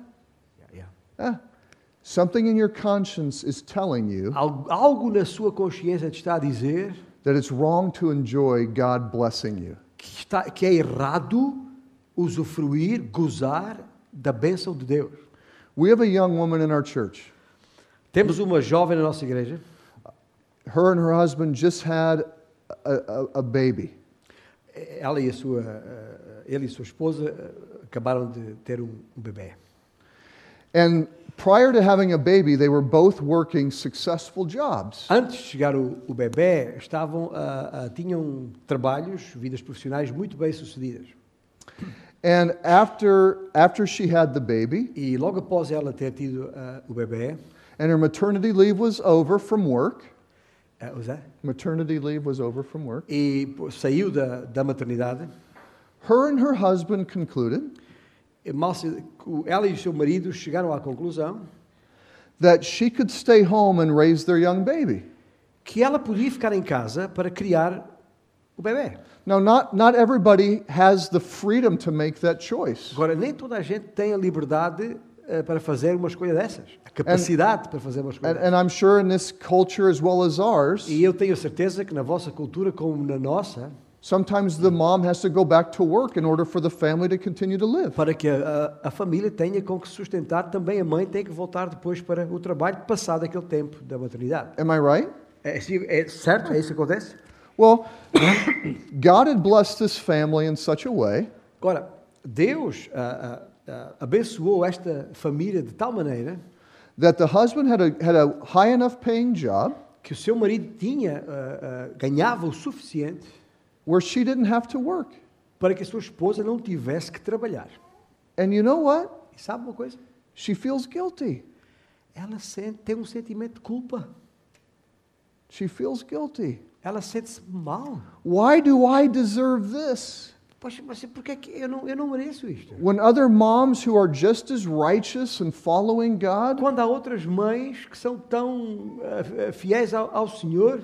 A: Yeah, yeah.
B: Huh? Something in your conscience is telling you
A: Al- Algo na sua consciência te está a dizer
B: that it's wrong to enjoy God blessing you.
A: que, está, que é errado usufruir, gozar da bênção de Deus.
B: We have a young woman in our church.
A: Temos uma jovem na nossa igreja.
B: Her and her husband just had a, a, a baby.
A: É, Ela e a sua, eh, ele e sua esposa eh, acabaram de ter um um bebê.
B: And prior to having a baby, they were both working successful jobs.
A: Antes de chegar o, o bebê, estavam, ah, ah, tinham trabalhos, vidas profissionais muito bem sucedidas.
B: And after, after she had the baby
A: E logo após ela ter tido ah, o bebê,
B: and her maternity leave was over from work,
A: ah, o Zé,
B: maternity leave was over from work,
A: e pô, saiu da, da maternidade,
B: her and her husband concluded
A: e mal se- o- ela e o seu marido chegaram à conclusão
B: that she could stay home and raise their young baby.
A: que ela podia ficar em casa para criar o bebê.
B: Now, not, not everybody has the freedom to make that choice.
A: Agora, nem toda a gente tem a liberdade ah, para fazer uma escolha dessas, a capacidade para fazer uma escolha
B: And,
A: dessas.
B: and I'm sure in this culture as well as ours,
A: E eu tenho certeza que na vossa cultura, como na nossa,
B: sometimes the mom has to go back to work in order for the family to continue to live.
A: para que a, a família tenha com que sustentar, também a mãe tem que voltar depois para o trabalho, passado aquele tempo da maternidade.
B: Am I right?
A: É, assim- é certo? É isso que acontece?
B: Well, God had blessed this family in such a way
A: Agora, Deus ah, ah, ah, abençoou esta família de tal maneira
B: that the husband had a, had a high enough paying job
A: que o seu marido tinha, ah, ah, ganhava o suficiente
B: where she didn't have to work.
A: para que a sua esposa não tivesse que trabalhar.
B: And you know what?
A: E sabe uma coisa?
B: She feels guilty.
A: Ela sente, tem um sentimento de culpa.
B: She feels guilty.
A: Ela sente-se mal.
B: Why do I deserve this?
A: Poxa, mas por que é que eu não, eu não mereço isto?
B: When other moms who are just as righteous and following God
A: Quando há outras mães que são tão ah, fiéis ao, ao Senhor,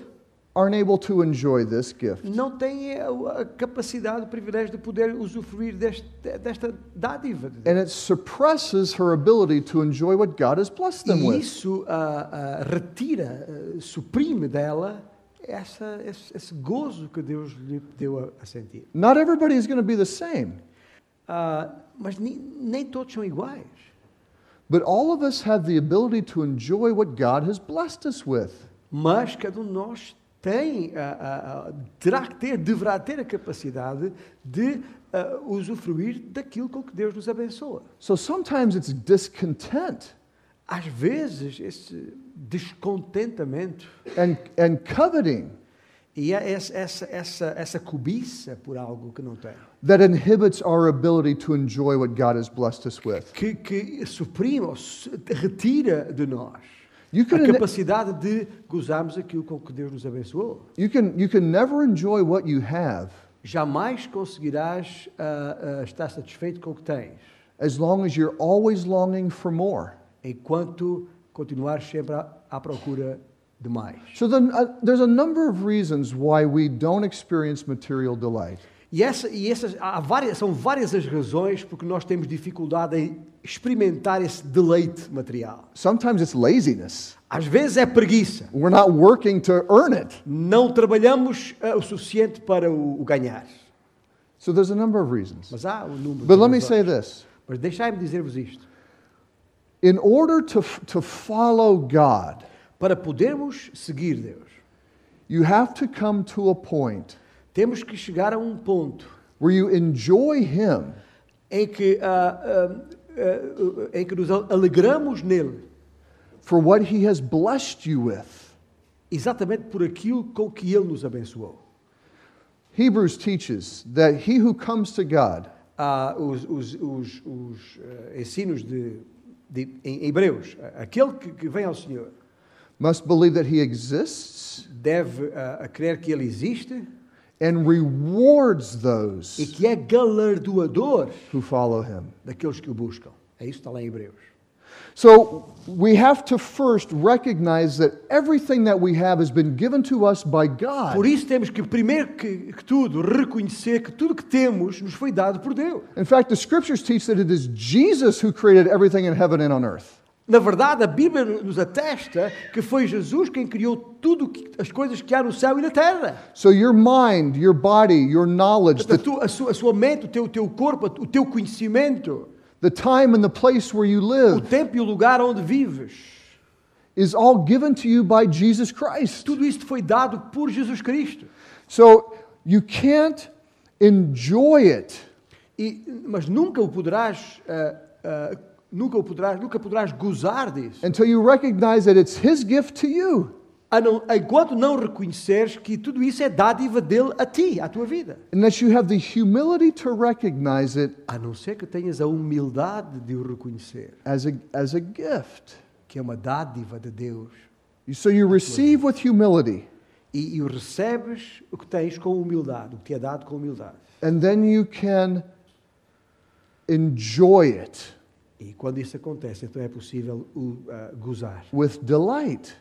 B: aren't able to enjoy this gift.
A: não têm a, a capacidade, o privilégio de poder usufruir deste, desta dádiva. de Deus.
B: And it suppresses her ability to enjoy what God has blessed them
A: E
B: with.
A: isso ah, ah, retira, ah, suprime dela essa, esse, esse gozo que Deus lhe deu a, a sentir.
B: Not everybody is going to be the same,
A: Ah, mas ni- nem todos são iguais.
B: but all of us have the ability to enjoy what God has blessed us with.
A: Mas cada um de nós tem, ah, ah, ah, terá que ter, deverá ter a capacidade de ah, usufruir daquilo com que Deus nos abençoa.
B: So sometimes it's discontent
A: Às vezes, esse descontentamento
B: and, and coveting
A: e a- essa, essa, essa, essa cobiça por algo que não tem,
B: that inhibits our ability to enjoy what God has blessed us with.
A: que, que suprime ou su- retira de nós
B: You can,
A: a capacidade de gozarmos aquilo com que Deus nos abençoou.
B: you can, you can never enjoy what you have
A: Jamais conseguirás ah, ah, estar satisfeito com o que tens.
B: as long as you're always longing for more.
A: enquanto continuar sempre à, à procura de mais.
B: So then, uh, there's a number of reasons why we don't experience material delight.
A: E, essa, e essas há várias, são várias as razões porque nós temos dificuldade em experimentar esse deleite material.
B: Sometimes it's laziness.
A: Às vezes é preguiça.
B: We're not working to earn it.
A: ah, Não trabalhamos eh, o suficiente para o, o ganhar.
B: So there's a number of reasons.
A: Mas há um número.
B: But
A: de
B: let me
A: razões.
B: say this
A: Mas deixai-me dizer-vos isto.
B: in order to, f- to follow God,
A: Para podermos seguir Deus,
B: you have to come to a point
A: temos que chegar a um ponto
B: where you enjoy Him
A: em que, ah, ah, ah, em que nos alegramos nele,
B: for what He has blessed you with.
A: exatamente por aquilo com que ele nos abençoou.
B: Hebrews teaches that he who comes to God
A: Ah, os, os- os- os, eh, ensinos de, de- em Hebreus, aquele que, que vem ao Senhor
B: must believe that he exists
A: deve ah, a crer que ele existe
B: and rewards
A: e
B: those
A: que é galardoador
B: who follow him.
A: daqueles que o buscam. É isso que está lá em Hebreus.
B: So we have to first recognize that everything that we have has been given to us by
A: Por
B: God.
A: isso temos que, primeiro que, que tudo, reconhecer que tudo que temos nos foi dado por Deus.
B: In fact, the scriptures teach that it is Jesus who created everything in heaven and on earth.
A: Na verdade, a Bíblia nos atesta que foi Jesus quem criou tudo que- as coisas que há no céu e na terra.
B: So your mind, your body, your knowledge,
A: Portanto,
B: the,
A: tu- a, sua, a sua mente, o teu, o teu corpo, o teu conhecimento,
B: the time and the place where you
A: o
B: live
A: tempo e o lugar onde vives,
B: is all given to you by Jesus Christ.
A: tudo isto foi dado por Jesus Cristo.
B: So you can't enjoy it
A: E- mas nunca o poderás, ah, ah, nunca o poderás, nunca poderás gozar disso,
B: until you recognize that it's His gift to you.
A: a não- enquanto não reconheceres que tudo isso é dádiva dele a ti, à tua vida.
B: Unless you have the humility to recognize it
A: A não ser que tenhas a humildade de o reconhecer,
B: as a, as a gift.
A: que é uma dádiva de Deus.
B: You- So you receive with humility,
A: e, e o recebes o que tens com humildade, o que te é dado com humildade.
B: and then you can enjoy it
A: E quando isso acontece, então é possível o, ah, gozar,
B: with delight.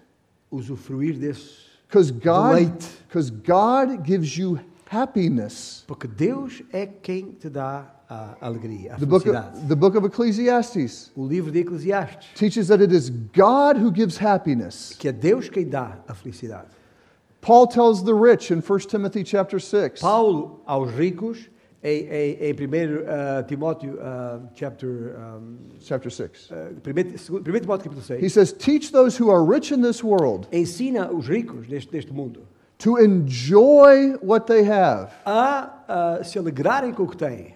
A: usufruir desse.
B: Because God,
A: Delight.
B: because God gives you happiness.
A: Porque Deus é quem te dá a alegria, a
B: The book,
A: felicidade.
B: of, the book of Ecclesiastes
A: O livro de Eclesiastes,
B: teaches that it is God who gives happiness.
A: que é Deus quem dá a felicidade.
B: Paul tells the rich in 1 Timothy chapter 6.
A: Paulo aos ricos, em, em, em 1 ah, Timóteo, ah, chapter, um,
B: chapter 6.
A: ah, 1 segundo- 1 Timóteo capítulo
B: He
A: 6,
B: says, Teach those who are rich in this world
A: ensina os ricos deste, deste mundo
B: to enjoy what they have
A: a ah, se alegrarem com o que têm.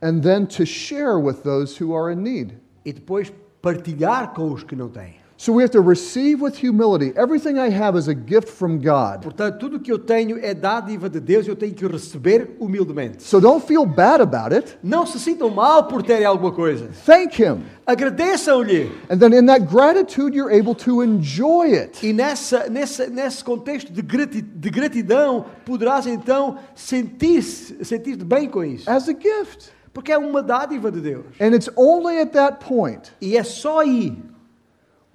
B: and then to share with those who are in need.
A: e depois partilhar com os que não têm.
B: So we have to receive with humility. Everything I have is a gift from God.
A: Portanto, tudo o que eu tenho é dádiva de Deus e eu tenho que receber humildemente.
B: So don't feel bad about it.
A: Não se sintam mal por terem alguma coisa.
B: Thank Him.
A: Agradeçam-lhe.
B: And then in that gratitude, you're able to enjoy it.
A: E nessa, nessa, nesse contexto de, grati- de gratidão, poderás então sentir-se sentir bem com isso.
B: as a gift.
A: Porque é uma dádiva de Deus.
B: And it's only at that point
A: E é só aí,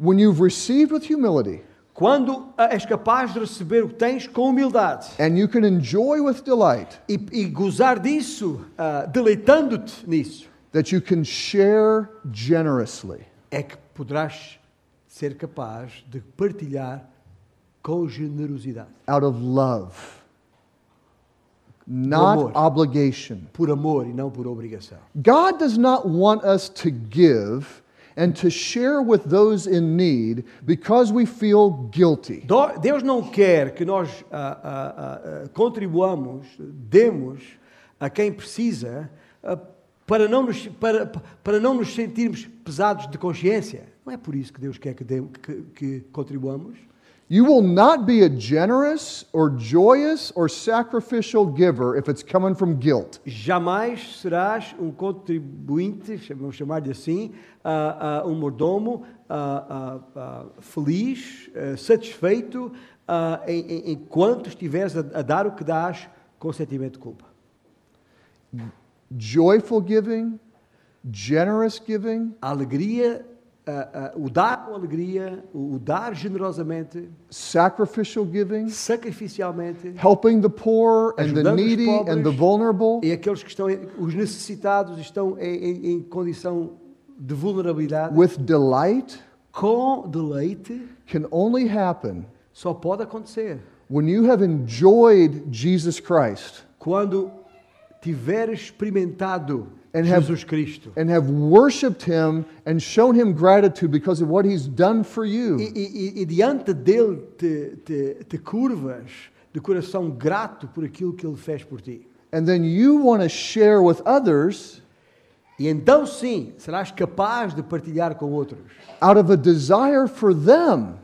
B: when you've received with humility
A: quando ah, és capaz de receber o que tens com humildade
B: and you can enjoy with delight
A: e, e gozar disso, ah, deleitando-te nisso,
B: that you can share generously.
A: é que poderás ser capaz de partilhar com generosidade,
B: out of love, not
A: amor.
B: obligation.
A: por amor e não por obrigação.
B: God does not want us to give and to share with those in need because we feel guilty.
A: Dó- Deus não quer que nós ah, ah, ah, ah, contribuamos, demos a quem precisa, ah, para, não nos, para, para não nos sentirmos pesados de consciência. Não é por isso que Deus quer que, demos, que, que contribuamos.
B: You will not be a generous or joyous or sacrificial giver if it's coming from guilt.
A: Jamais serás um contribuinte, vamos chamar-lhe assim, ah, ah, um mordomo ah, ah, ah, feliz, ah, satisfeito, ah, em- em- enquanto estiveres a, a dar o que dás com sentimento de culpa.
B: Joyful giving, generous giving,
A: A alegria, ah, ah, o dar com alegria, o, o dar generosamente,
B: sacrificial giving,
A: sacrificialmente,
B: helping the poor and the
A: Ajudando os
B: needy and the
A: pobres.
B: vulnerable.
A: e aqueles que estão, em- os necessitados estão em, em- em condição de vulnerabilidade,
B: with delight
A: com deleite,
B: can only happen
A: só pode acontecer.
B: when you have enjoyed Jesus Christ
A: quando tiver experimentado
B: And have-
A: Jesus Cristo
B: and have worshiped him and shown him gratitude because of what he's done for
A: e,
B: you.
A: e- e- e diante dele te, te, te curvas de coração grato por aquilo que ele fez por ti.
B: And then you want to share with others
A: E então sim, serás capaz de partilhar com outros.
B: out of a desire for them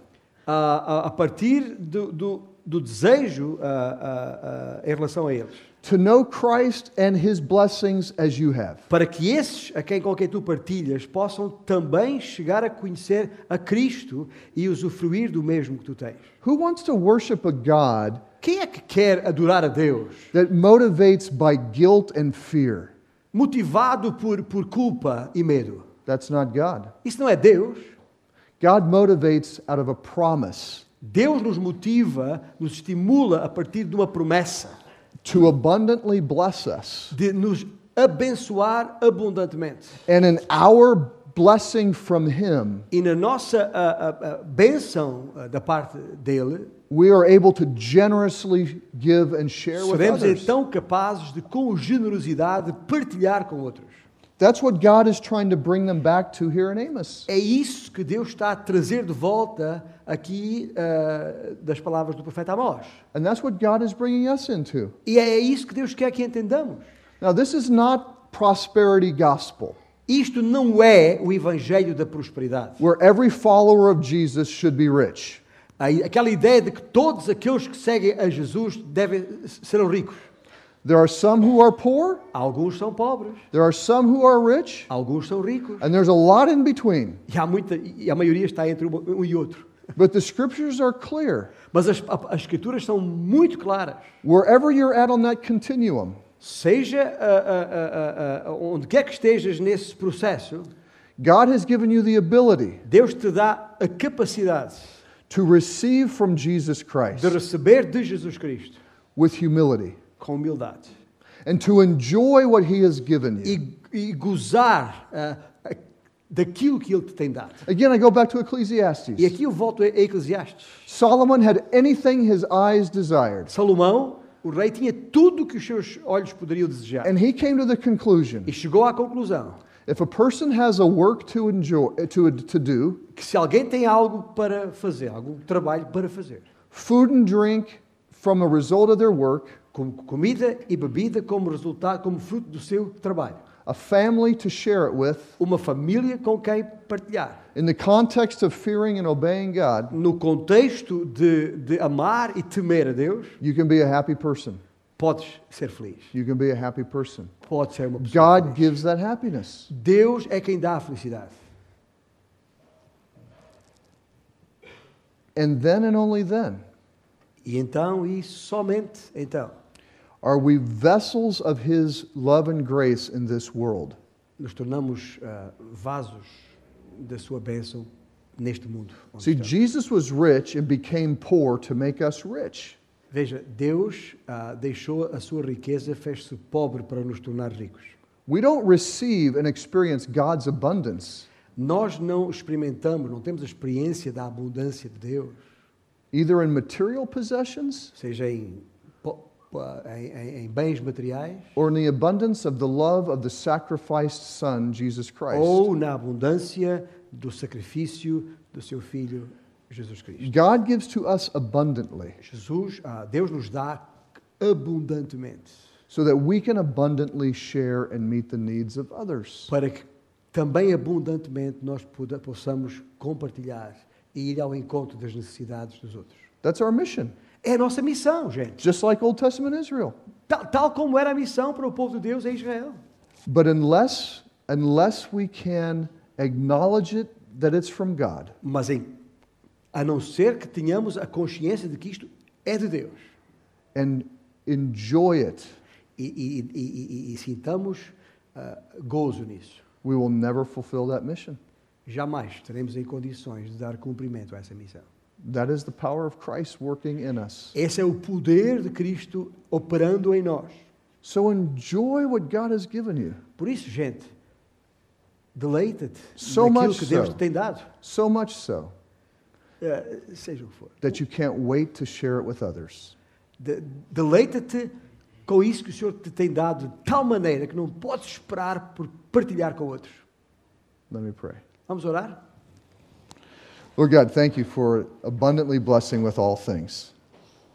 A: a, a- a partir do, do, do desejo ah, ah, ah, em relação a eles.
B: to know Christ and his blessings as you have.
A: Para que esses a quem com quem tu partilhas possam também chegar a conhecer a Cristo e usufruir do mesmo que tu tens.
B: Who wants to worship a God
A: Quem é que quer adorar a Deus?
B: that motivates by guilt and fear?
A: Motivado por, por culpa e medo.
B: That's not God.
A: Isso não é Deus.
B: God motivates out of a promise
A: Deus nos motiva, nos estimula a partir de uma promessa
B: to abundantly bless us.
A: de nos abençoar abundantemente.
B: And in our blessing from him,
A: E na nossa ah, ah, ah, bênção ah, da parte dele,
B: we are able to generously give and share with
A: seremos
B: others.
A: então capazes de, com generosidade, partilhar com outros.
B: That's what God is trying to bring them back to here in Amos.
A: É isso que Deus está a trazer de volta aqui ah, das palavras do profeta Amós.
B: And that's what God is bringing us into.
A: E é isso que Deus quer que entendamos.
B: Now, this is not prosperity gospel,
A: Isto não é o evangelho da prosperidade.
B: where every follower of Jesus should be rich.
A: A- Aquela ideia de que todos aqueles que seguem a Jesus devem serão ricos.
B: There are some who are poor,
A: Alguns são pobres,
B: there are some who are rich,
A: alguns são ricos.
B: and there's a lot in between.
A: E, há muita, e a maioria está entre uma- um e outro.
B: But the scriptures are clear.
A: Mas as, a- as escrituras são muito claras.
B: Wherever you're at on that continuum,
A: Seja ah, ah, ah, ah, onde quer que estejas nesse processo,
B: God has given you the ability
A: Deus te dá a capacidade
B: to receive from Jesus
A: de
B: Christ
A: receber de Jesus Cristo
B: with humility
A: com humildade
B: and to enjoy what he has given you.
A: e, e gozar ah, ah, daquilo que Ele te tem dado.
B: Again, I go back to
A: E
B: Ecclesiastes.
A: aqui eu volto a Eclesiastes.
B: Solomon had anything his eyes desired,
A: Salomão, o rei, tinha tudo o que os seus olhos poderiam desejar.
B: and he came to the
A: E
B: conclusion:
A: chegou à conclusão
B: if a person has a work to enjoy, to, to do,
A: que se alguém tem algo para fazer, algum trabalho para fazer,
B: food and drink from a result of their work,
A: como comida e bebida como resultado, como fruto do seu trabalho.
B: a family to share it with,
A: Uma família com quem partilhar.
B: in the context of fearing and obeying God,
A: No contexto de, de amar e temer a Deus,
B: you can be a happy person.
A: podes ser feliz.
B: You can be a happy person.
A: Podes ser uma pessoa.
B: God gives that happiness.
A: Deus é quem dá a felicidade.
B: And then and only then
A: E então, e somente então,
B: are we vessels of his love and grace in this world.
A: nos tornamos ah, vasos da sua bênção neste mundo. onde
B: See,
A: estamos.
B: Jesus was rich and became poor to make us rich.
A: Veja, Deus ah, deixou a sua riqueza, fez-se pobre para nos tornar ricos.
B: We don't receive and experience God's abundance
A: Nós não experimentamos, não temos a experiência da abundância de Deus,
B: either in material possessions
A: seja em, po- pa- em- em- em bens materiais
B: or in the abundance of the love of the sacrificed Son, Jesus Christ.
A: ou na abundância do sacrifício do seu Filho Jesus Cristo.
B: God gives to us abundantly
A: Jesus, ah, Deus nos dá abundantemente
B: so that we can abundantly share and meet the needs of others.
A: para que também abundantemente nós poda- possamos compartilhar e ir ao encontro das necessidades dos outros.
B: That's our mission,
A: É a nossa missão, gente.
B: just like Old Testament Israel.
A: Tal, tal como era a missão para o povo de Deus em Israel.
B: But unless, unless we can acknowledge it that it's from God,
A: Mas em, a não ser que tenhamos a consciência de que isto é de Deus
B: and enjoy it,
A: e, e- e- e- e- e sintamos ah, gozo nisso,
B: we will never fulfill that mission.
A: jamais estaremos em condições de dar cumprimento a essa missão.
B: That is the power of Christ working in us.
A: Esse é o poder de Cristo operando em nós.
B: So enjoy what God has given you,
A: Por isso, gente, deleita-te
B: So
A: daquilo
B: much
A: que Deus
B: so.
A: te tem dado,
B: so much so
A: eh, seja o que for.
B: that you can't wait to share it with others.
A: De- Deleita-te com isso que o Senhor te tem dado de tal maneira que não podes esperar por partilhar com outros.
B: Let me pray.
A: Vamos orar?
B: Lord God, thank you for abundantly blessing with all things.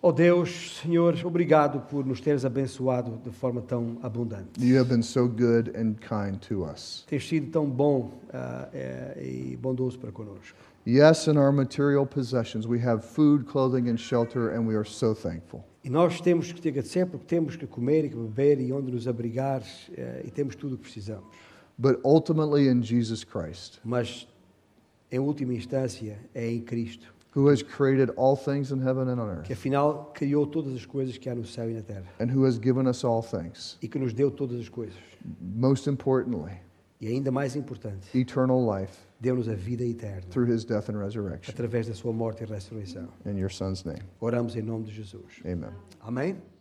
A: Oh Deus, Senhor, obrigado por nos teres abençoado de forma tão abundante.
B: You have been so good and kind to us.
A: Tens sido tão bom ah, eh, e bondoso para conosco.
B: Yes, in our material possessions, we have food, clothing, and shelter, and we are so thankful.
A: E nós temos que te agradecer porque temos que comer e que beber e onde nos abrigar eh, e temos tudo o que precisamos.
B: But ultimately, in Jesus Christ,
A: Mas, em última instância, é em Cristo,
B: who has created all things in heaven and on earth,
A: que afinal criou todas as coisas que há no céu e na terra
B: and who has given us all things.
A: e que nos deu todas as coisas.
B: Most importantly,
A: E ainda mais importante,
B: eternal life
A: deu-nos a vida eterna
B: through his death and resurrection.
A: através da sua morte e ressurreição.
B: In your son's name,
A: Oramos em nome de Jesus.
B: amen.
A: Amém?